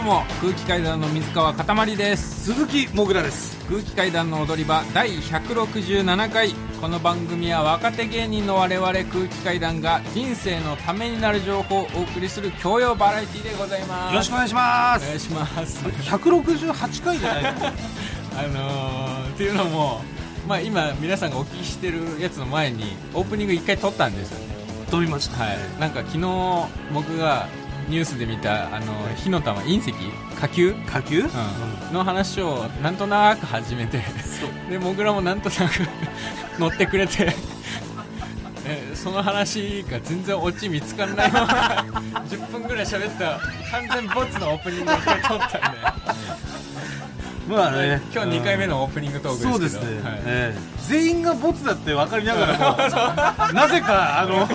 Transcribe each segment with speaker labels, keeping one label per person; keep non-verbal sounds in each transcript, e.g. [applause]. Speaker 1: うも空気階段の水川かたまりです
Speaker 2: 鈴木もぐらです
Speaker 1: 空気階段の踊り場第167回この番組は若手芸人の我々空気階段が人生のためになる情報をお送りする教養バラエティでございます
Speaker 2: よろしくお願いしま
Speaker 1: お願い
Speaker 2: す
Speaker 1: します
Speaker 2: 168回じゃないの
Speaker 1: あのー、っていうのも、まあ、今皆さんがお聞きしてるやつの前にオープニング1回撮ったんですよね
Speaker 2: 飛びました
Speaker 1: はい、なんか昨日僕がニュースで見たあの火の玉隕石火球、うん
Speaker 2: 火球、
Speaker 1: の話をなんとなく始めて
Speaker 2: そう
Speaker 1: [laughs] でもぐらもなんとなく [laughs] 乗ってくれてえその話が全然オチ見つかんないまま
Speaker 2: [laughs]
Speaker 1: 10分ぐらい喋った完全ボツのオープニングをこれ撮ったんで
Speaker 2: まあね
Speaker 1: 今日2回目のオープニングトークですけど
Speaker 2: そうですね、
Speaker 1: はい
Speaker 2: ええ全員がボツだって分かりながら
Speaker 1: [laughs]
Speaker 2: もなぜかあの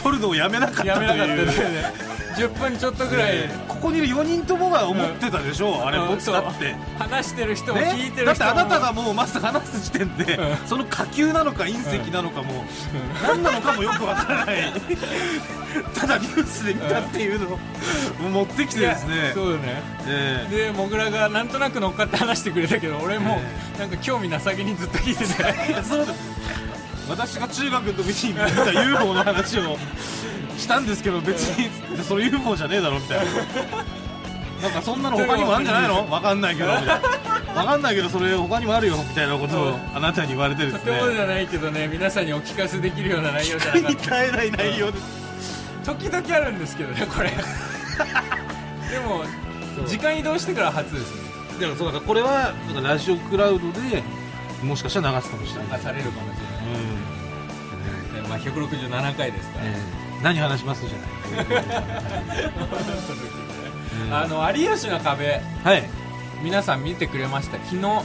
Speaker 2: 撮るのをやめなかったという
Speaker 1: やめなかったですね10分ちょっとぐらい、
Speaker 2: ええここにいる4人ともが思ってたでしょう、あれボツだって、
Speaker 1: そう話してる人も聞いて
Speaker 2: ね、
Speaker 1: る
Speaker 2: だって
Speaker 1: 人も
Speaker 2: あなたがもうまず話す時点で、
Speaker 1: うん
Speaker 2: その火球なのか隕石なのかも、何なのかもよくわからない
Speaker 1: [laughs]
Speaker 2: ただニュースで見たっていうのを持ってきてです
Speaker 1: いや
Speaker 2: ね、
Speaker 1: そうだね
Speaker 2: ええ
Speaker 1: でもぐらがなんとなく乗っかって話してくれたけど俺もなんか興味なさげにずっと聞い [laughs] て
Speaker 2: いやそうです私が中学の時に見た UFO の話をしたんですけど別にそれ UFO じゃねえだろみたい
Speaker 1: [laughs]
Speaker 2: ななんかそんなの他にもあるんじゃないのわかんないけどみたいなわかんないけどそれ他にもあるよみたいなことをあなたに言われてで
Speaker 1: た
Speaker 2: す
Speaker 1: とてもじ
Speaker 2: ね
Speaker 1: ゃないけどね皆さんにお聞かせできるような内容じゃな [laughs]
Speaker 2: 手
Speaker 1: かっ
Speaker 2: [laughs] に耐えない内容です
Speaker 1: た時々あるんですけどね [laughs] これでも時間移動してから初ですね
Speaker 2: だからそうだからこれはなんかラジオクラウドでもしかしたら流すかもしれな
Speaker 1: 明
Speaker 2: い、
Speaker 1: されるかもし
Speaker 2: う
Speaker 1: れ
Speaker 2: ん
Speaker 1: ない、でまあ、167回ですから、
Speaker 2: ええ何話しますじゃない、うん
Speaker 1: あの有吉の壁
Speaker 2: はい
Speaker 1: 皆さん見てくれました昨日
Speaker 2: 4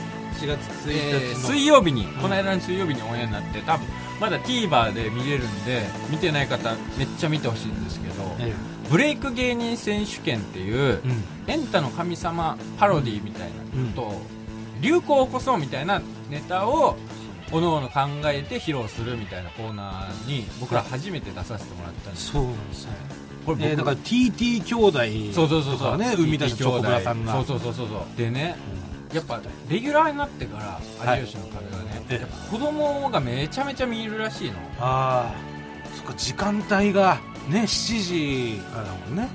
Speaker 2: 月1
Speaker 1: えー
Speaker 2: 日の、
Speaker 1: 水曜日に、この間の水曜日にオンエアになって多分まだ TVer で見れるんで見てない方めっちゃ見てほしいんですけど、
Speaker 2: え
Speaker 1: ブレイク芸人選手権っていう、
Speaker 2: えうん
Speaker 1: エンタの神様パロディみたいなことを、流行を起こそうみたいなネタをおのおの考えて披露するみたいなコーナーに僕ら初めて出させてもらったんです
Speaker 2: そうなんですね
Speaker 1: これ僕
Speaker 2: えー、だから TT 兄
Speaker 1: そうそ
Speaker 2: 弟
Speaker 1: うそう
Speaker 2: と
Speaker 1: そ
Speaker 2: か
Speaker 1: う
Speaker 2: ね生み出したチョコプラさんが
Speaker 1: そうそうそうそうそうでねやっぱレギュラーになってから
Speaker 2: はい
Speaker 1: 有吉の壁がね、
Speaker 2: ええ
Speaker 1: やっぱ子供がめちゃめちゃ見るらしいの
Speaker 2: ああそっか時間帯がね7時からだもんね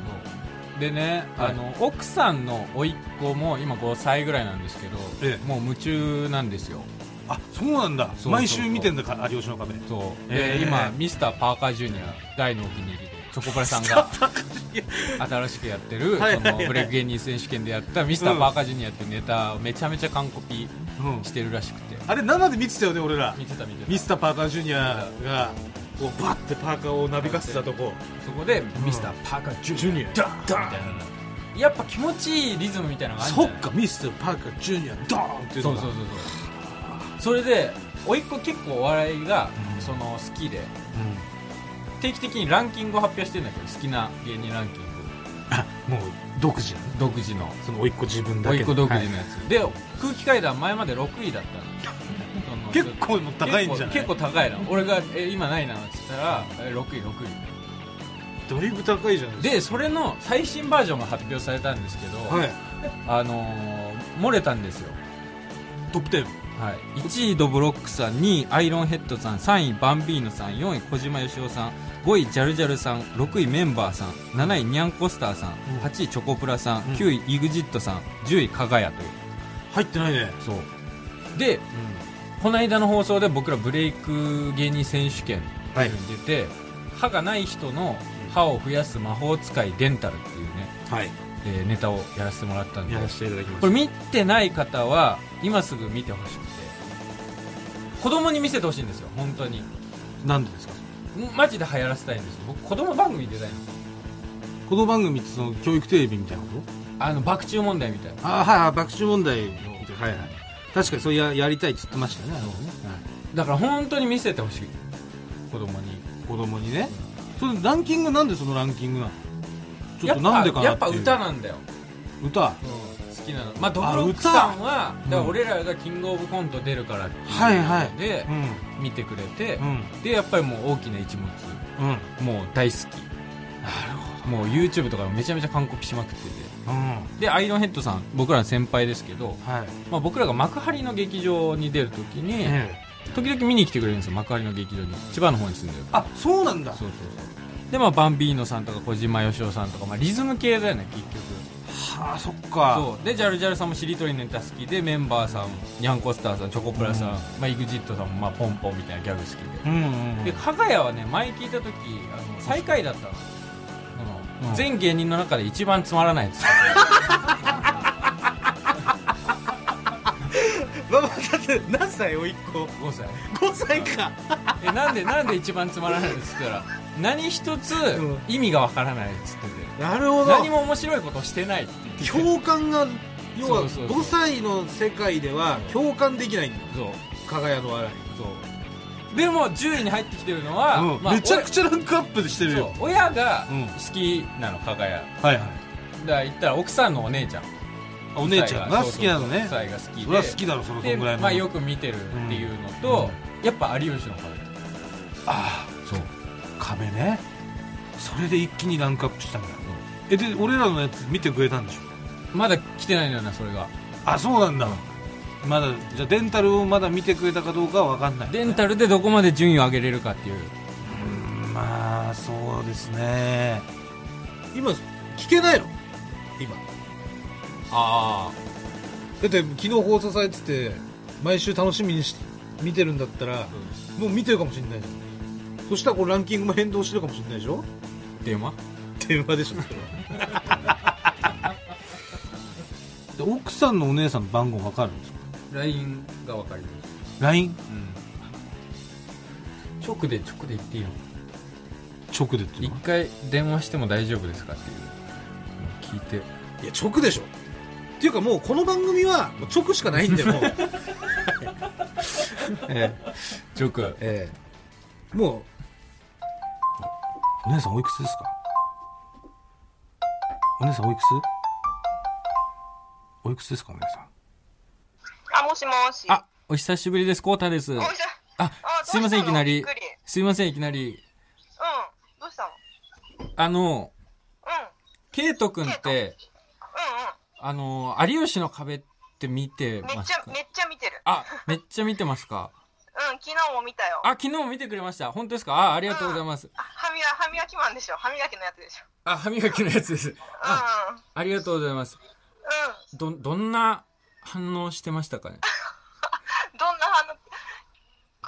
Speaker 1: でね、
Speaker 2: はい
Speaker 1: あの奥さんの甥っ子も今5歳ぐらいなんですけど、
Speaker 2: ええ
Speaker 1: もう夢中なんですよ
Speaker 2: あそうなんだ
Speaker 1: そう
Speaker 2: 毎週見てんだから有吉の壁
Speaker 1: そう
Speaker 2: え
Speaker 1: で、
Speaker 2: え
Speaker 1: 今ミスターパーカージュニア大のお気に入りでチョコプラさんが新しくやってる
Speaker 2: はい
Speaker 1: そ
Speaker 2: はいはい
Speaker 1: のブレイク芸人選手権でやったミスターパーカージュニアっていうネタをめちゃめちゃ完コピ
Speaker 2: うん
Speaker 1: してるらしくて
Speaker 2: あれ生で見てたよね俺ら
Speaker 1: 見てた見てた
Speaker 2: ミスターパーカージュニアがこうバッてパーカーをなびかせたとこ
Speaker 1: そこでミスターパーカージュニ
Speaker 2: ジュニアダン
Speaker 1: アみたいなのがやっぱ気持ちいいリズムみたいなのがあるんじゃ
Speaker 2: そっ
Speaker 1: ない
Speaker 2: かミスターパーカージュニアドーンっていう
Speaker 1: そ
Speaker 2: の
Speaker 1: う
Speaker 2: が
Speaker 1: そうそうそうそれで甥っ子結構お笑いが
Speaker 2: うん
Speaker 1: その好きで定期的にランキングを発表してるんだけど好きな芸人ランキング
Speaker 2: うん、もう独自なの
Speaker 1: 独自の
Speaker 2: その甥っ子自分だ
Speaker 1: 甥
Speaker 2: けで
Speaker 1: っ子独自
Speaker 2: は
Speaker 1: の
Speaker 2: い
Speaker 1: やつ、で空気階段前まで6位だったの
Speaker 2: 結構もう高いんじゃない
Speaker 1: 結構結構高いな俺が「え今ないな」って言ったら「え6位6
Speaker 2: だいぶ高いじゃない
Speaker 1: 位」
Speaker 2: で
Speaker 1: でそれの最新バージョンが発表されたんですけど、
Speaker 2: すかはい
Speaker 1: あのー漏れたんですよ
Speaker 2: トップ10
Speaker 1: はい、1位ドブロックさん2位アイロンヘッドさん3位バンビーノさん4位小島よしおさん5位ジャルジャルさん6位メンバーさん7位ニャンコスターさん
Speaker 2: うん
Speaker 1: 8位チョコプラさん
Speaker 2: うん
Speaker 1: 9位イグジットさん10位かがやという
Speaker 2: 入ってないね
Speaker 1: そうでこの間の放送で僕らブレイク芸人選手権
Speaker 2: は
Speaker 1: に出て、歯がない人の歯を増やす魔法使いデンタルっていうね、
Speaker 2: はい
Speaker 1: えーネタをやらせてもらったんで
Speaker 2: やらせていただきま
Speaker 1: こ
Speaker 2: す
Speaker 1: れ見てない方は今すぐ見てほしくて子供に見せてほしいんですよ本当にん
Speaker 2: 何でですか
Speaker 1: マジで流行らせたいんですよ僕子供番組出たいの
Speaker 2: この番組ってその教育テレビみたいなこ
Speaker 1: あの爆中問題みたいな
Speaker 2: とああはいはい爆笑問題のはいはい確かにそれややりたいって言ってましたねあのね、
Speaker 1: だから本当に見せてほしい子供に
Speaker 2: 子供にねそれランキングなんでそのランキングなのちょっと
Speaker 1: やぱ
Speaker 2: なんでかな
Speaker 1: や
Speaker 2: っ
Speaker 1: ってぱ
Speaker 2: いう
Speaker 1: 歌なんだよ、
Speaker 2: 歌は
Speaker 1: うん、好きなのまあドブロックさんは
Speaker 2: 歌
Speaker 1: だから俺らがキングオブコント出るからっていうの
Speaker 2: いはい
Speaker 1: で
Speaker 2: うん
Speaker 1: 見てくれて
Speaker 2: う、ん
Speaker 1: でやっぱりもう大きな一物
Speaker 2: うんなる
Speaker 1: もう大好き
Speaker 2: ほ
Speaker 1: もう YouTube とかでもめちゃめちゃ完コピしまくってて
Speaker 2: うんは
Speaker 1: でアイロンヘッドさん僕らの先輩ですけど、
Speaker 2: い
Speaker 1: まあ、僕らが幕張の劇場に出るときに、
Speaker 2: え
Speaker 1: 時々見に来てくれるんですよ幕張の劇場に千葉の方に住んでる
Speaker 2: あそうなんだ
Speaker 1: そうそうそうでまあバンビーノさんとか小島よしおさんとか、まあ、リズム系だよね結局
Speaker 2: はあそっか
Speaker 1: そうでジャルジャルさんもしりとりネタ好きでメンバーさんニャンコスターさんチョコプラさん、
Speaker 2: うん
Speaker 1: まあ、EXIT さんもまあポンポンみたいなギャグ好きで、
Speaker 2: ううんうん
Speaker 1: で加賀谷はね前聞いた時あの最下位だったのその
Speaker 2: うん
Speaker 1: 全芸人の中で一番つまらない
Speaker 2: [laughs]
Speaker 1: です
Speaker 2: ママだって何歳おいっ子
Speaker 1: 5歳
Speaker 2: 5歳か
Speaker 1: えなんでなんで一番つまらないですって言ったら何一つ
Speaker 2: ん
Speaker 1: 意味がわからないっつってて
Speaker 2: なるほ
Speaker 1: 何も面白いことしてないって言ってそう
Speaker 2: 共感が要は
Speaker 1: そうそうそう
Speaker 2: 5歳の世界では共感できないんだ加賀屋の笑い
Speaker 1: そうでも10位に入ってきてるのは、
Speaker 2: うん
Speaker 1: まあ
Speaker 2: めちゃくちゃランクアップして
Speaker 1: お
Speaker 2: る
Speaker 1: そう
Speaker 2: よ
Speaker 1: 親が
Speaker 2: うん
Speaker 1: 好きなの加賀屋
Speaker 2: はいはい
Speaker 1: だから言ったら奥さんのお姉ちゃん
Speaker 2: お姉ちゃんが好きなのね
Speaker 1: 夫妻が好きで
Speaker 2: それは好きだろそのそ
Speaker 1: で、
Speaker 2: のぐらいの
Speaker 1: まあ、よく見てるっていうのと、やっぱ有吉の壁
Speaker 2: ああ
Speaker 1: そう
Speaker 2: 壁ねそれで一気にランクアップしたんだえで俺らのやつ見てくれたんでしょ
Speaker 1: まだ来てないのよなそれが
Speaker 2: あそうなんだまだじゃあデンタルをまだ見てくれたかどうかは分かんない
Speaker 1: デンタルでどこまで順位を上げれるかっていう
Speaker 2: うんまあそうですね今聞けないの今
Speaker 1: あ
Speaker 2: だって昨日放送されてて毎週楽しみにし見てるんだったら
Speaker 1: あ
Speaker 2: もう見てるかもしれないじゃんそしたらこうランキングも変動してるかもしれないでしょ
Speaker 1: 電話
Speaker 2: 電話でしょそれは [laughs] で奥さんのお姉さんの番号分かるんですか
Speaker 1: LINE が分かりま
Speaker 2: LINE
Speaker 1: す直で直で言っていいの
Speaker 2: 直でっていう
Speaker 1: 一
Speaker 2: のは
Speaker 1: 回電話しても大丈夫ですかっていう聞いて
Speaker 2: いや直でしょっていうかもうこの番組はもう直しかないんでもう
Speaker 1: [laughs]
Speaker 2: ええ
Speaker 1: 直
Speaker 2: ええもうお姉さんおいくつですかお姉さんおいくつおいくつですかお姉さん
Speaker 3: あ、もしもし。
Speaker 1: あお久しぶりですコータです
Speaker 3: おいしゃ
Speaker 1: あ
Speaker 3: あ
Speaker 1: すいませんい
Speaker 3: ど
Speaker 1: き
Speaker 3: うしたの
Speaker 1: なり
Speaker 3: びっくり
Speaker 1: すいませんいきなり
Speaker 3: うん。どうしたの
Speaker 1: あの
Speaker 3: うん。うん
Speaker 1: ケイト君って
Speaker 3: う
Speaker 1: あの有吉の壁って見て
Speaker 3: ん。め
Speaker 1: ま
Speaker 3: っ
Speaker 1: す
Speaker 3: ちゃ
Speaker 1: か、
Speaker 3: めっちゃ見てる。
Speaker 1: あ、めっちゃ見てますか。
Speaker 3: うん、昨日も見たよ。
Speaker 1: あ、昨日も見てくれました。本当ですかあ、ありがとうございます。
Speaker 3: あ歯磨歯磨きマンでしょ。歯磨きのやつでしょ。
Speaker 1: あ、歯磨きのやつです。あ、
Speaker 3: うん。うん。
Speaker 1: ありがとうございます。ど、どんな反応してましたかね
Speaker 3: どんな反応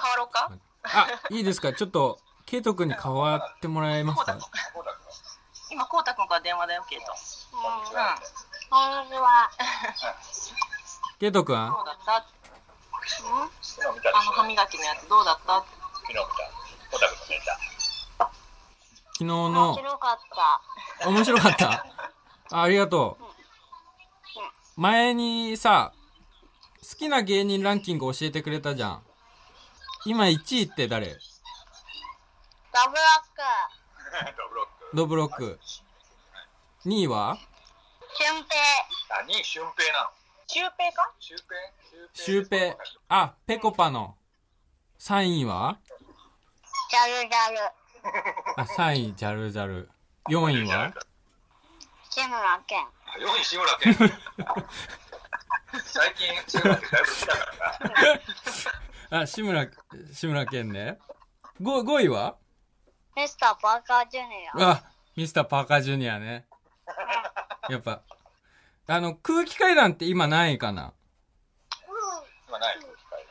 Speaker 3: 変わろうか
Speaker 1: あ、いいですかちょっと、ケイト君に代わってもらえますか
Speaker 3: 今、こうたくんから電話だよ、ケイト。うん。うん。
Speaker 4: こんにちは。
Speaker 1: ケイト君
Speaker 3: どうだったんあの歯磨きのやつどうだった
Speaker 1: 昨日の
Speaker 4: 面、白かった。
Speaker 1: 面白かった。あ、ありがとう。前にさ、好きな芸人ランキング教えてくれたじゃん。今1位って誰
Speaker 4: ダブロック、
Speaker 1: ドブロック。2位は
Speaker 4: 俊平、
Speaker 5: 何俊平なの
Speaker 3: シュウペイ [laughs] か
Speaker 5: 俊
Speaker 1: シュウ
Speaker 5: 平
Speaker 1: ペイ。あ、ペコパの。3位は
Speaker 4: ジャルジャル、
Speaker 1: あ、3位、ジャルジャル。4位は
Speaker 4: 志村けん。
Speaker 5: 平4位志村けん最近志村けんだいぶ来たからな
Speaker 1: あ、志村、志村けんね。5、5位は
Speaker 4: ミスターパーカージュニア。
Speaker 1: あ、ミスターパーカージュニアね。やっぱ。あの、空気階段って今何位かな
Speaker 5: 今ないの機会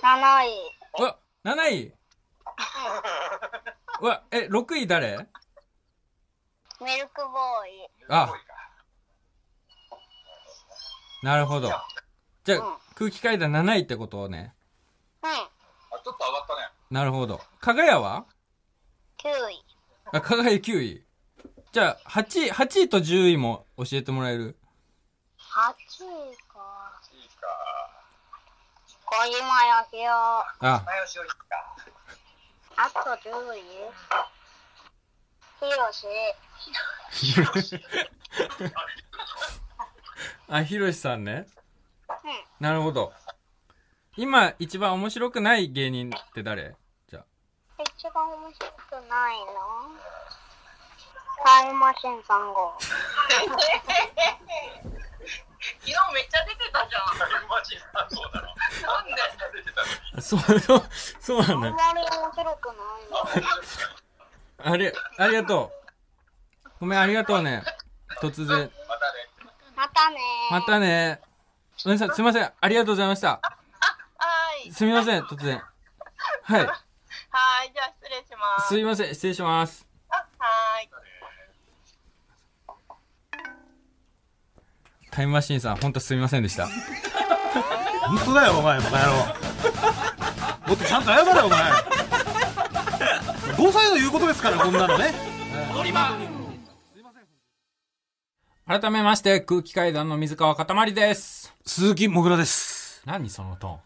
Speaker 5: が
Speaker 4: 7位、
Speaker 1: うわ、7位うわ、え、6位誰
Speaker 4: ミルクボーイ。
Speaker 1: あ、なるほど。じゃ
Speaker 4: うん
Speaker 1: あ、空気階段7位ってことをね。
Speaker 4: うん、
Speaker 5: あちょっと上がったね
Speaker 1: なるほど。かがやは
Speaker 4: 9位。
Speaker 1: あ、加賀屋9位。じゃあ、8位、8位と10位も教えてもらえる
Speaker 4: 8位か。
Speaker 5: いいか
Speaker 4: 小島よしお。
Speaker 1: あ、
Speaker 5: 前吉よりか
Speaker 4: あと10位。ひろし。
Speaker 1: あ、ひろしさんね。なるほど。今、一番面白くない芸人って誰じゃ
Speaker 4: 一番面白くないのタイムマシン3号。
Speaker 3: 昨日めっちゃ出てたじゃん。
Speaker 5: マジなそうだろ。
Speaker 3: なんで
Speaker 5: あんな出てたのに
Speaker 1: そうそうそうなん
Speaker 4: あん
Speaker 1: だ
Speaker 4: まり面白くないな。
Speaker 1: あれありがとうごめんありがとうね突然
Speaker 5: またね。
Speaker 4: またねー。
Speaker 1: またねお姉さんすいませんありがとうございました
Speaker 3: はい。
Speaker 1: すみません突然はい
Speaker 3: はい、じゃあ失礼します。
Speaker 1: すいません失礼します
Speaker 3: あはい。
Speaker 1: タイムマシーンさん本当すみませんでした
Speaker 2: 本当だよお前バカ野郎もっとちゃんと謝れお前5歳の言うことですからこんなのね
Speaker 1: 改めまして空気階段の水川かたまりです
Speaker 2: 鈴木もぐらです
Speaker 1: 何そのト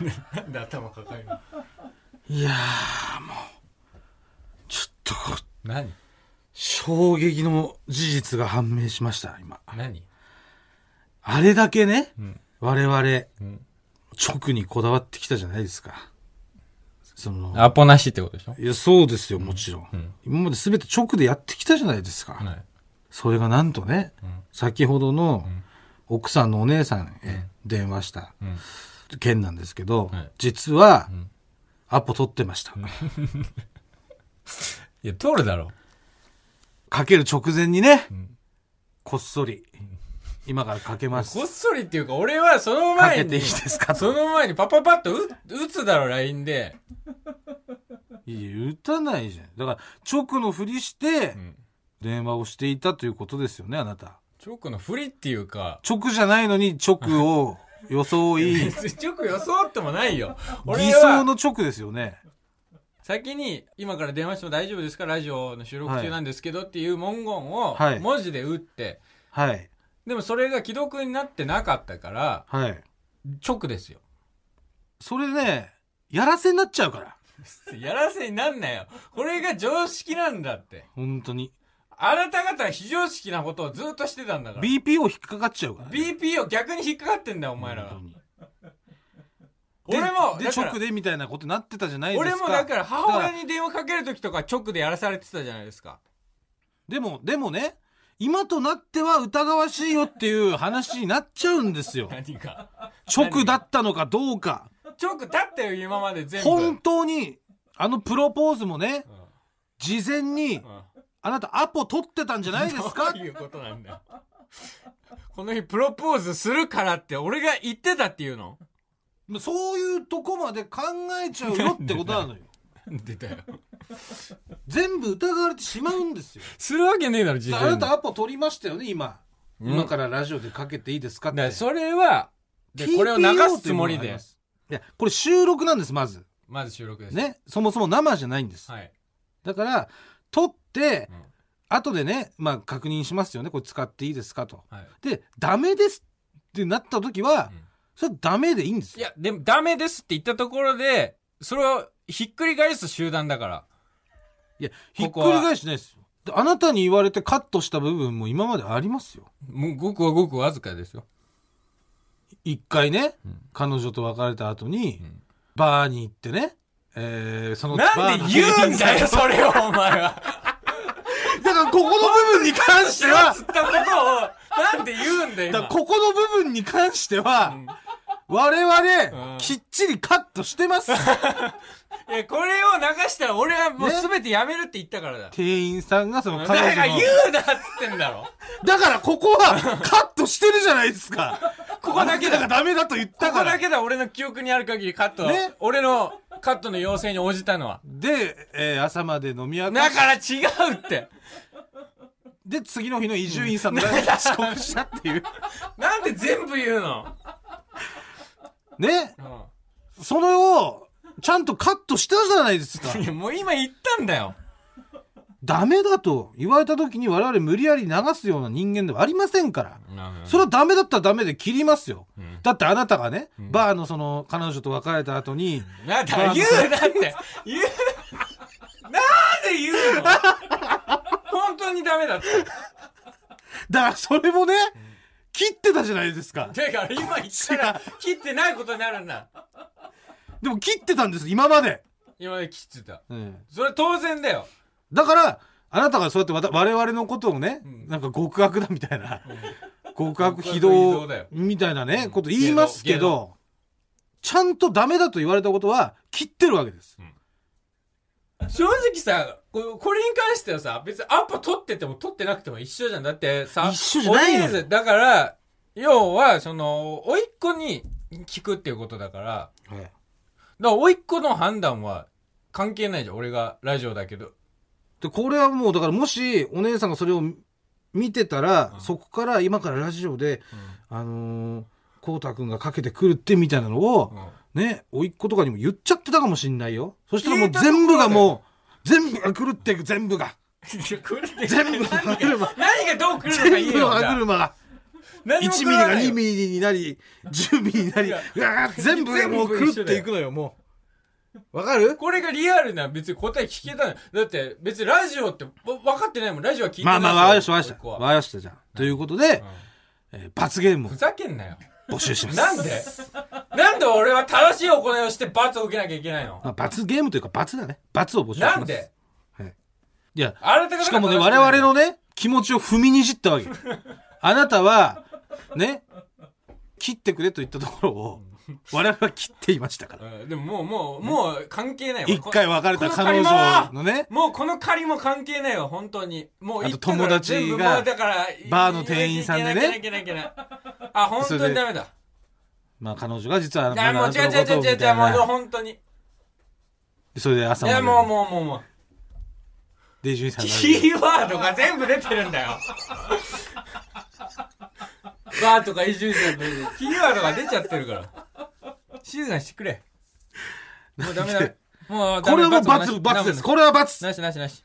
Speaker 1: ーンなんで頭抱えるの
Speaker 2: いやーもうちょっと
Speaker 1: 何
Speaker 2: 衝撃の事実が判明しました今
Speaker 1: 何
Speaker 2: あれだけね、
Speaker 1: ん
Speaker 2: 我々、
Speaker 1: ん
Speaker 2: 直にこだわってきたじゃないですかその
Speaker 1: アポなしってことでしょ
Speaker 2: いやそうですよもちろん、
Speaker 1: うん
Speaker 2: 今まで全て直でやってきたじゃないですか、
Speaker 1: はい
Speaker 2: それがなんとね、
Speaker 1: ん
Speaker 2: 先ほどの
Speaker 1: ん
Speaker 2: 奥さんのお姉さんへ電話した
Speaker 1: うん
Speaker 2: 件なんですけど、
Speaker 1: はい
Speaker 2: 実は
Speaker 1: ん
Speaker 2: アポ取ってました、
Speaker 1: いや通るだろ
Speaker 2: かける直前にね、
Speaker 1: ん
Speaker 2: こっそり今からかけます
Speaker 1: こっそりっていうか俺はその
Speaker 2: か
Speaker 1: 前
Speaker 2: け
Speaker 1: に
Speaker 2: ていいですか
Speaker 1: そ
Speaker 2: と
Speaker 1: の前にパパパッと打打つだろ LINE で
Speaker 2: いや打たないじゃんだから直のふりして
Speaker 1: ん
Speaker 2: 電話をしていたということですよねあなた
Speaker 1: チョークの振りっていうか
Speaker 2: 直じゃないのに直を
Speaker 1: [laughs]
Speaker 2: 装い
Speaker 1: チョーク予想ってもないよ俺
Speaker 2: 偽装
Speaker 1: は
Speaker 2: の直ですよね
Speaker 1: 先に今から電話しても大丈夫ですかラジオの収録中なんですけどっていう文言を
Speaker 2: はい
Speaker 1: 文字で打って
Speaker 2: はい
Speaker 1: でもそれが既読になってなかったから
Speaker 2: はい
Speaker 1: 直ですよ
Speaker 2: それねやらせになっちゃうから
Speaker 1: やらせになんなよこれが常識なんだって
Speaker 2: 本当に
Speaker 1: あなた方は非常識なことをずっとしてたんだから
Speaker 2: BP を引っかかっちゃうから、ね、
Speaker 1: BP を逆に引っかかってんだよお前らが
Speaker 2: 本当にで
Speaker 1: 俺も
Speaker 2: で
Speaker 1: だから
Speaker 2: 直でみたいなことになってたじゃないですか
Speaker 1: 俺もだから母
Speaker 2: だ
Speaker 1: 親
Speaker 2: ら
Speaker 1: に電話かけるときとか直でやらされてたじゃないですか
Speaker 2: でもでもね今となっては疑わしいよっていう話になっちゃうんですよ
Speaker 1: [laughs] [laughs] 何か
Speaker 2: 直だったのかどうか
Speaker 1: 直だったよ今まで全部
Speaker 2: 本当にあのプロポーズもね事前に
Speaker 1: うんうん
Speaker 2: あなたアポ取ってたんじゃないですか
Speaker 1: [laughs] どういうことなんだよこの日プロポーズするからって俺が言ってたっていうの
Speaker 2: そういうとこまで考えちゃうよってことなのよ
Speaker 1: 出たよ
Speaker 2: 全部疑われてしまうんですよ
Speaker 1: するわけねえだろ自
Speaker 2: あな
Speaker 1: 分
Speaker 2: たアポ取りましたよね今
Speaker 1: うん
Speaker 2: 今からラジオでかけていいですかって
Speaker 1: だからそれはでこれを流すつもり
Speaker 2: TPO というものがあ
Speaker 1: で
Speaker 2: ますいやこれ収録なんですまず
Speaker 1: まず収録です
Speaker 2: ねそもそも生じゃないんです、
Speaker 1: はい
Speaker 2: だから撮って、
Speaker 1: うん
Speaker 2: 後でねまあ確認しますよねこれ使っていいですかと
Speaker 1: はい
Speaker 2: でダメですってなった時は、
Speaker 1: うん
Speaker 2: それはダメでいいんです
Speaker 1: い
Speaker 2: よ
Speaker 1: やでもダメですって言ったところでそれをひっくり返す集団だから
Speaker 2: いやひっ
Speaker 1: こ
Speaker 2: く
Speaker 1: こは
Speaker 2: り返しないですよであなたに言われてカットした部分も今までありますよ
Speaker 1: もうごくはごくわずかですよ
Speaker 2: 一回ね、
Speaker 1: うん
Speaker 2: 彼女と別れた後に、
Speaker 1: うん
Speaker 2: バーに行ってねえー、その
Speaker 1: [laughs] なんで言うんだよ、
Speaker 2: バーの
Speaker 1: それを、お前は。 [laughs]
Speaker 2: だからここの部分に関しては
Speaker 1: つったことを、なんで言うんだよ、
Speaker 2: だ
Speaker 1: 今
Speaker 2: からここの部分に関しては、我
Speaker 1: う
Speaker 2: 々
Speaker 1: ん、
Speaker 2: きっちりカットし
Speaker 1: [laughs]
Speaker 2: てます。
Speaker 1: いや、これを流したら俺はもう
Speaker 2: ね
Speaker 1: 全てやめるって言ったからだ。
Speaker 2: 店員さんがその
Speaker 1: だ
Speaker 2: 彼
Speaker 1: から
Speaker 2: 女
Speaker 1: 言
Speaker 2: の。
Speaker 1: うなっつってんだろ。
Speaker 2: だからここはカットしてるじゃないですか。
Speaker 1: ここだけだ
Speaker 2: あなたがダメだと言っ
Speaker 1: こ
Speaker 2: た
Speaker 1: こ
Speaker 2: から。
Speaker 1: だけだ、俺の記憶にある限りカット、
Speaker 2: ね
Speaker 1: 俺のカットの要請に応じたのは。
Speaker 2: で、えー朝まで飲み明か
Speaker 1: だ
Speaker 2: し
Speaker 1: から違うって。
Speaker 2: で、次の日の伊集院さんのライブに遅刻したっていう。
Speaker 1: なんで全部言うの、
Speaker 2: ね、
Speaker 1: う
Speaker 2: それを、ちゃんとカットしたじゃない [laughs] ですか。
Speaker 1: ん、いや、もう今言ったんだよ。
Speaker 2: ダメだと言われた時に我々無理やり流すような人間ではありませんから。それはダメだったらダメで切りますよ。
Speaker 1: ん
Speaker 2: だってあなたがね、バーのその彼女と別れた後に、
Speaker 1: なんだ、言うなって言うなんで言う [laughs] の本当にダメだって。
Speaker 2: だからそれもね、切ってたじゃないですか。
Speaker 1: だから今言ったら切ってないことになるんだ。
Speaker 2: でも切ってたんです、今まで。
Speaker 1: 今まで切ってた。
Speaker 2: うん
Speaker 1: それは当然だよ。
Speaker 2: だから、あなたがそうやってわた我々のことをね、
Speaker 1: うん
Speaker 2: なんか極悪だみたいな、極悪
Speaker 1: 極悪非
Speaker 2: 非道
Speaker 1: 道だよ
Speaker 2: みたいなね、
Speaker 1: うん
Speaker 2: こと言いますけ
Speaker 1: 芸
Speaker 2: ど、ちゃんとダメだと言われたことは切ってるわけです。
Speaker 1: 正直さこ、これに関してはさ、別にアポ取ってても取ってなくても一緒じゃん。だってさ、
Speaker 2: 一緒じゃないのよ
Speaker 1: お姉さんだから、要は、その、甥っ子に聞くっていうことだから、だか
Speaker 2: はい
Speaker 1: ら甥っ子の判断は関係ないじゃん。俺がラジオだけど。
Speaker 2: で、これはもうだからもしお姉さんがそれを見てたら、
Speaker 1: うん
Speaker 2: そこから今からラジオで、あのー、こうたくんがかけてくるってみたいなのを、
Speaker 1: うん
Speaker 2: ね、甥っ子とかにも言っちゃってたかもしんないよ。そしたらも
Speaker 1: 言
Speaker 2: う
Speaker 1: えたところ
Speaker 2: 全
Speaker 1: で
Speaker 2: 部がもう、全部が狂っていく、全部が。全部の歯車。
Speaker 1: 何がどう来るのかい
Speaker 2: 全
Speaker 1: い
Speaker 2: 部の
Speaker 1: よ。
Speaker 2: 歯
Speaker 1: じゃあ
Speaker 2: 車が。
Speaker 1: 何
Speaker 2: 1
Speaker 1: も
Speaker 2: ミ
Speaker 1: 来
Speaker 2: リが
Speaker 1: ないよ
Speaker 2: 2ミリになり、10ミリになり、
Speaker 1: いうや
Speaker 2: わー全部がもう狂っていくのよ、もう。わかる
Speaker 1: これがリアルな別に答え聞けたの。だって別にラジオってわ分かってないもん。ラジオは聞いて
Speaker 2: ま
Speaker 1: ないし。
Speaker 2: あまあ、わかりました、わかりま
Speaker 1: 甥
Speaker 2: した。
Speaker 1: っ子は
Speaker 2: わかりました、じゃあ。ということで、えー罰ゲーム
Speaker 1: ふざけんなよ。
Speaker 2: を募集します。
Speaker 1: なんでなんで俺は正しい行いをして罰を受けなきゃいけないの
Speaker 2: まあ、罰ゲームというか罰だね。罰を募集します。
Speaker 1: なんで
Speaker 2: いや、
Speaker 1: あなたが
Speaker 2: しかもね、我々のね、気持ちを踏みにじったわけ。あなたは、ね、切ってくれと言ったところを、我々は切っていましたから。
Speaker 1: うんでももう、もう、もう関係ないわ。
Speaker 2: 一回別れた彼
Speaker 1: この
Speaker 2: 女
Speaker 1: 借り
Speaker 2: のね、
Speaker 1: もうこの借りも関係ないわ、本当に。もう
Speaker 2: あと
Speaker 1: 行ったから
Speaker 2: 友達が
Speaker 1: 全部もうだから
Speaker 2: バーの店員さん
Speaker 1: い
Speaker 2: でね
Speaker 1: けないいけないいけないいけない。あ、本当にダメだ。
Speaker 2: まあ彼女が実は、
Speaker 1: いや、もう違う違う違う違う違う、もう本当に。い
Speaker 2: う。それで朝ま
Speaker 1: や、
Speaker 2: で、
Speaker 1: もうもうもうもう。
Speaker 2: で、伊集院さん [laughs] が
Speaker 1: キーワードが全部出てるんだよ。 [laughs] バーとか伊集院さんのキーワードが出ちゃってるから。静かにしてくれ。もうダメだ。もうダメ
Speaker 2: これはもう
Speaker 1: なし
Speaker 2: 罰、罰です。
Speaker 1: ダメ
Speaker 2: これは罰。
Speaker 1: なしなしなし。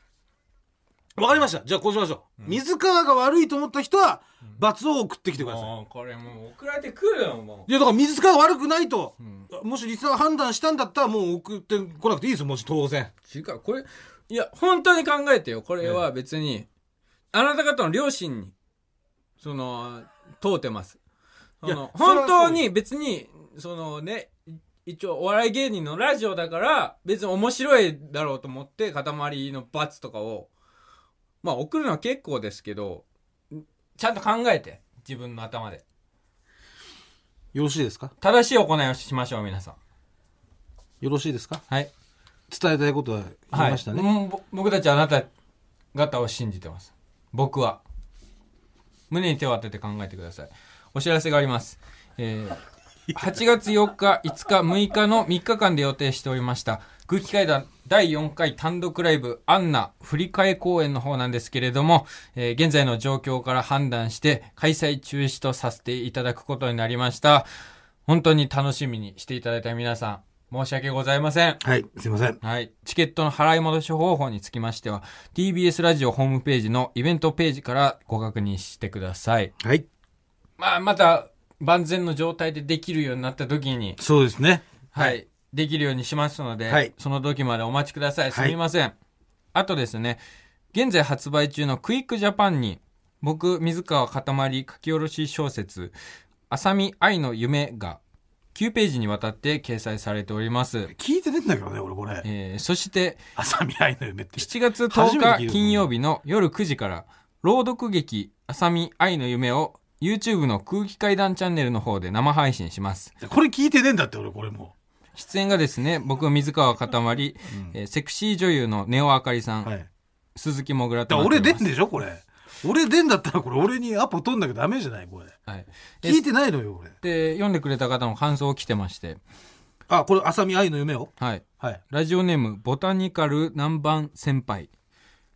Speaker 2: わかりました。じゃあこうしましょう。水川が悪いと思った人は、罰を送ってきてください。
Speaker 1: もうこれもう送られてくるよ、も
Speaker 2: いや、だから水川が悪くないと、
Speaker 1: ん
Speaker 2: もしリスナーが判断したんだったら、もう送ってこなくていいですよ、もし当然。
Speaker 1: う。違う、これ、いや、本当に考えてよ。これは別に、あなた方の両親に、その、問うてます。そ
Speaker 2: いや
Speaker 1: の
Speaker 2: それはそう
Speaker 1: 本当に別に、そのね、い一応お笑い芸人のラジオだから、別に面白いだろうと思って、塊の罰とかを、まあ送るのは結構ですけど、ちゃんと考えて、自分の頭で。
Speaker 2: よろしいですか
Speaker 1: 正しい行いをしましょう、皆さん。
Speaker 2: よろしいですか
Speaker 1: はい。
Speaker 2: 伝えたいことは言いましたね。
Speaker 1: はい、うんぼ僕たちはあなた方を信じてます僕は胸に手を当てて考えてくださいお知らせがあります、え
Speaker 2: [laughs]
Speaker 1: ー8月4日5日6日の3日間で予定しておりました空気階段第4回単独ライブアンナ振り替え公演の方なんですけれども、えー現在の状況から判断して開催中止とさせていただくことになりました本当に楽しみにしていただいた皆さん申し訳ございません
Speaker 2: はい、すいません。
Speaker 1: はい。チケットの払い戻し方法につきましては、TBS ラジオホームページのイベントページからご確認してください。
Speaker 2: はい。
Speaker 1: まあ、また、万全の状態でできるようになった時に、
Speaker 2: そうですね。
Speaker 1: はい。できるようにしますので、
Speaker 2: はい
Speaker 1: その時までお待ちください。す
Speaker 2: はい
Speaker 1: みません。あとですね、現在発売中のクイックジャパンに、僕、水川かたまり書き下ろし小説、浅見愛の夢が9ページにわたって掲載されております。
Speaker 2: 聞いてねえんだけどね、俺これ。
Speaker 1: えーそして、
Speaker 2: 朝未来の夢って。
Speaker 1: 7月
Speaker 2: 初めて聞いた
Speaker 1: 10
Speaker 2: こと
Speaker 1: 日
Speaker 2: ない
Speaker 1: 金曜日の夜9時から朗読劇「あさみ愛の夢」を YouTube の空気階段チャンネルの方で生配信します
Speaker 2: これ聞いてねえんだって、俺これも
Speaker 1: 出演がですね僕水川かたまり、えーセクシー女優のネオあかりさ
Speaker 2: う。
Speaker 1: ん、
Speaker 2: はい。
Speaker 1: 鈴木もぐら
Speaker 2: だ
Speaker 1: と
Speaker 2: から
Speaker 1: な
Speaker 2: 俺
Speaker 1: って
Speaker 2: 出
Speaker 1: おりま
Speaker 2: ん
Speaker 1: す
Speaker 2: でしょ、これ。俺出んだったら、これ俺にアポ取んなきゃダメじゃない、これ。
Speaker 1: はい、
Speaker 2: 聞いてないのよ、俺。
Speaker 1: で読んでくれた方の感想を来てまして、
Speaker 2: あ、これ、朝見愛の夢を
Speaker 1: はい、
Speaker 2: はい。
Speaker 1: ラジオネームボタニカル南蛮先輩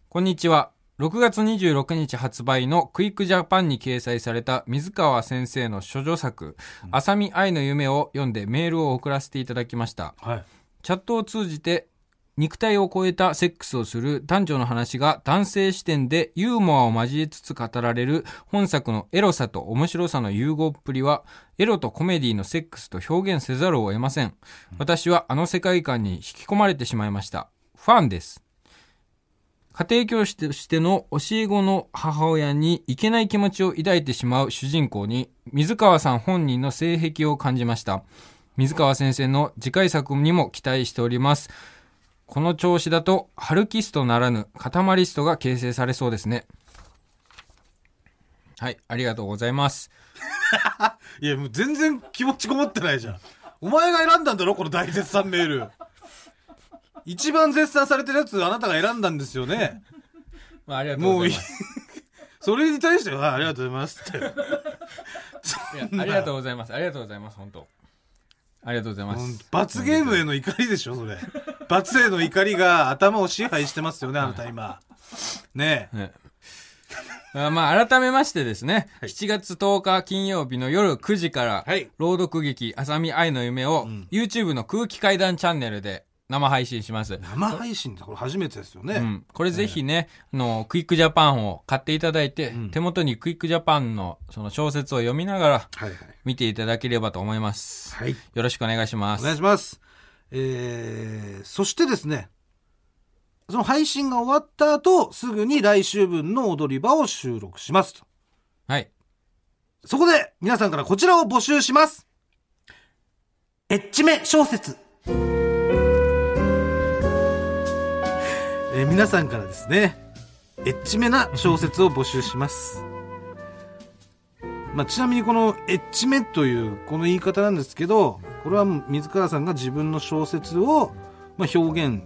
Speaker 1: こんにちは6月26日発売のクイックジャパンに掲載された水川先生の諸女作「浅見愛の夢」を読んでメールを送らせていただきました
Speaker 2: はい。
Speaker 1: チャットを通じて肉体を超えたセックスをする男女の話が男性視点でユーモアを交えつつ語られる本作のエロさと面白さの融合っぷりはエロとコメディのセックスと表現せざるを得ません。私はあの世界観に引き込まれてしまいました。ファンです。家庭教師としての教え子の母親にいけない気持ちを抱いてしまう主人公に水川さん本人の性癖を感じました。水川先生の次回作にも期待しております。この調子だと、ハルキストならぬ、カタマリストが形成されそうですね。はい、ありがとうございます。
Speaker 2: いや、もう全然気持ちこもってないじゃん。お前が選んだんだろこの大絶賛メール。一番絶賛されてるやつあなたが選んだんですよね。
Speaker 1: まあ、ありが
Speaker 2: もういい。 [laughs] それに対しては、あありがとうございますって。
Speaker 1: いやありがとうございます。ありがとうございます。本当。ありがとうございま
Speaker 2: ほん
Speaker 1: す
Speaker 2: と。罰ゲームへの怒りでしょ、それ。罰への怒りが頭を支配してますよね、あなた今。ねえ。
Speaker 1: ね [laughs] あまあ、改めましてですね、7月10日金曜日の夜9時から、
Speaker 2: はい
Speaker 1: 朗読劇、浅見愛の夢を、YouTube の空気階段チャンネルで生配信します。
Speaker 2: 生配信ってこれ初めてですよね。
Speaker 1: うん、これぜひね、あの、クイックジャパンを買っていただいて、
Speaker 2: ん
Speaker 1: 手元にクイックジャパンのその小説を読みながら
Speaker 2: はいはい。
Speaker 1: 見ていただければと思います。
Speaker 2: はい。
Speaker 1: よろしくお願いしま
Speaker 2: お
Speaker 1: す。
Speaker 2: 願いします。えー、そしてですね、その配信が終わった後、すぐに来週分の踊り場を収録しますと。
Speaker 1: はい。
Speaker 2: そこで、皆さんからこちらを募集します。エッチめ小説。えー皆さんからですね、エッチめな小説を募集します。まあ、ちなみにこのエッチめというこの言い方なんですけど、これはもう水川さんが自分の小説を、まあ、表現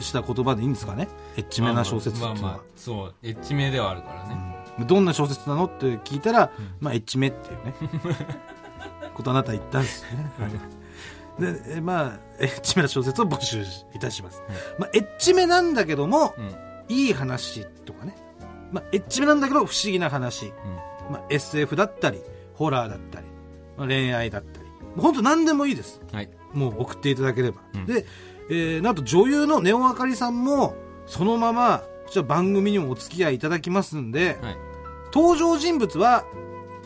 Speaker 2: した言葉でいいんですかね。エッチめな小説っていうの
Speaker 1: まあま
Speaker 2: は。
Speaker 1: あ、まあそう、エッチ名ではあるからね。
Speaker 2: どんな小説なのって聞いたら、まあエッチめっ
Speaker 1: [laughs]
Speaker 2: ていうねことあなた言ったんですよね。でえまあエッチめな小説を募集いたします。まあエッチめなんだけども、
Speaker 1: うん。
Speaker 2: いい話とかね、まあ、エッチめなんだけど不思議な話、まあ、SF だったりホラーだったり、まあ、恋愛だったり本当何でもいいです。
Speaker 1: はい。
Speaker 2: もう送っていただければ、
Speaker 1: うん
Speaker 2: で、えーなんと女優のネオあかりさんもそのままこちら番組にもお付き合いいただきますんで、
Speaker 1: はい。
Speaker 2: 登場人物は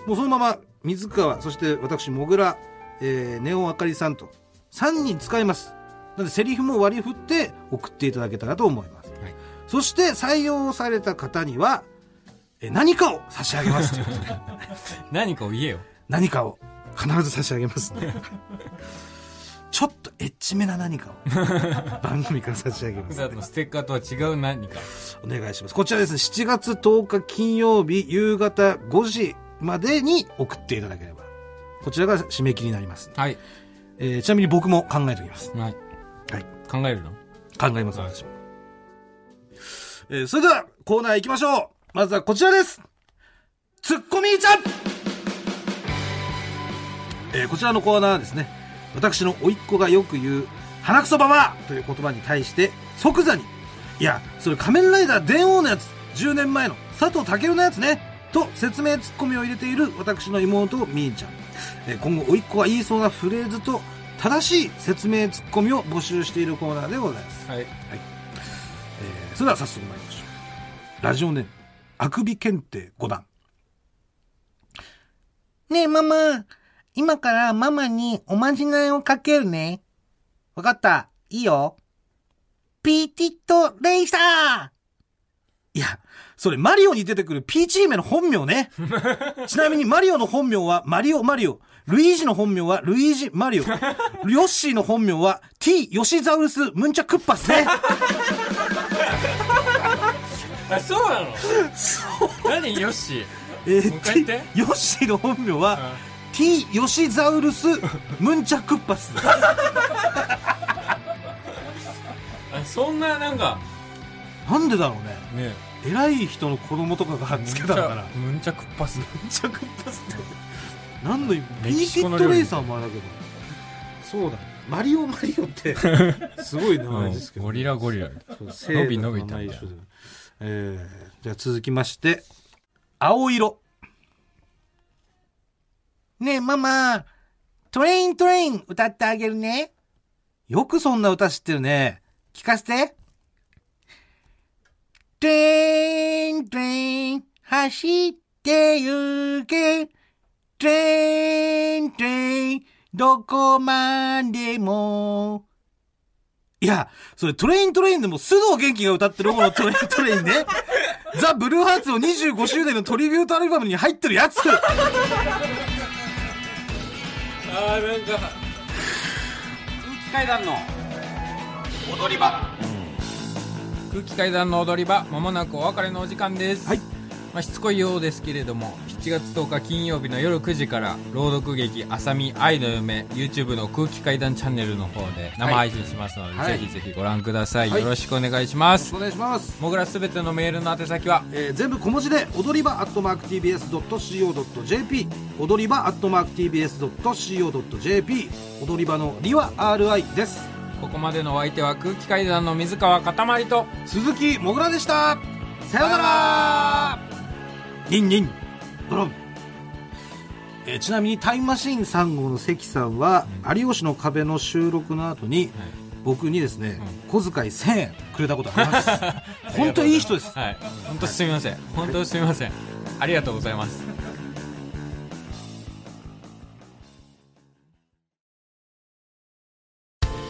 Speaker 2: もうそのまま水川そして私もぐら、えーネオあかりさんと3人使いますなのでセリフも割り振って送っていただけたらと思います、
Speaker 1: はい
Speaker 2: そして採用された方には、えー何かを差し上げますということ
Speaker 1: [laughs]
Speaker 2: で
Speaker 1: 何かを言えよ。
Speaker 2: 何かを必ず差し上
Speaker 1: [laughs]
Speaker 2: げますねちょっとエッチめな何か
Speaker 1: [laughs]
Speaker 2: を番組から差し上げま
Speaker 1: 普 [laughs]
Speaker 2: す
Speaker 1: 段のステッカーとは違う何か。
Speaker 2: お願いします。こちらですね、7月10日金曜日夕方5時までに送っていただければ。こちらが締め切りになります。
Speaker 1: はい。
Speaker 2: えーちなみに僕も考えておきます。
Speaker 1: はい。
Speaker 2: はい。
Speaker 1: 考えるの
Speaker 2: 考えます、
Speaker 1: はい
Speaker 2: 私も。えーそれではコーナー行きましょう。まずはこちらです。ツッコミーちゃんえーこちらのコーナーはですね、私の甥っ子がよく言う、鼻くそばばという言葉に対して、即座に、いや、それ仮面ライダー電王のやつ、10年前の佐藤健のやつね、と説明ツッコミを入れている私の妹、みーちゃん。えー今後、甥っ子が言いそうなフレーズと、正しい説明ツッコミを募集しているコーナーでございます。
Speaker 1: はい。
Speaker 2: えーそれでは早速参りましょう。ラジオネーム、あくび検定5段。ねえ、ママ。今からママにおまじないをかけるね。わかった。いいよ。ピーティットレイサーいや、それマリオに出てくるピーチ姫の本名 [laughs] ね。ちなみにマリオの本名はマリオマリオ。ルイージの本名はルイージマリオ。ヨッシーの本名は T ヨシザウルスムンチャクッパスね。
Speaker 1: あ、そうなのそう。何よし。
Speaker 2: えー
Speaker 1: もう一回言って
Speaker 2: T ヨッシーの本名は、T ヨシザウルスムンチャクッ
Speaker 1: [laughs]
Speaker 2: パスです。
Speaker 1: あそんな、なんか、
Speaker 2: なんでだろうね。
Speaker 1: ね
Speaker 2: 偉い人の子供とかがつけたのかな。
Speaker 1: むんちゃくっぱす。
Speaker 2: ムンチャクッパスって。何の意味
Speaker 1: メ
Speaker 2: ビー
Speaker 1: キ
Speaker 2: キ
Speaker 1: シコ
Speaker 2: ッ
Speaker 1: の
Speaker 2: ト
Speaker 1: 料理
Speaker 2: レイサーもあれだけど。そうだ。マリオマリ
Speaker 1: [laughs]
Speaker 2: オって、すごい名前ですけど。
Speaker 1: ゴリラゴリラ。
Speaker 2: そう生
Speaker 1: 伸び伸び
Speaker 2: 徒
Speaker 1: た
Speaker 2: の
Speaker 1: ん
Speaker 2: 名
Speaker 1: だ
Speaker 2: 前一緒でえーじゃあ続きまして、青色。ねえ、ママ、トレイントレイン歌ってあげるね。よくそんな歌知ってるね。聞かせて。トレイントレイン、走ってゆけ。トレイントレイン、どこまでも。いや、それトレイントレインでも須藤元気が歌ってる方のトレイント [laughs] レインね。ザ・ブルーハーツの25周年のトリビュートアルバムに入ってるやつ
Speaker 1: あー、なんか、
Speaker 6: 空気階段の踊り場
Speaker 1: 空気階段の踊り場まもなくお別れのお時間です、
Speaker 2: はい
Speaker 1: まあ、しつこいようですけれども7月10日金曜日の夜9時から朗読劇「あさみ愛の夢」YouTube の空気階段チャンネルの方で生配信しますので、
Speaker 2: はい
Speaker 1: ぜひぜひご覧ください、
Speaker 2: はい
Speaker 1: よろしくお願いします、
Speaker 2: お願いします、
Speaker 1: もぐらすべてのメールの宛先は
Speaker 2: えー全部小文字で踊り場 atmarktbs.co.jp 踊り場 atmarktbs.co.jp 踊り場のりは RI です
Speaker 1: ここまでのお相手は空気階段の水川かたまりと
Speaker 2: 鈴木もぐらでしたさようならニンニンドロンえーちなみにタイムマシーン3号の関さんは、有吉の壁の収録の後に、僕にですね、小遣い1000円くれた [laughs] ことあります本当いい人です
Speaker 1: はい本当すみません本当すみませんありがとうございます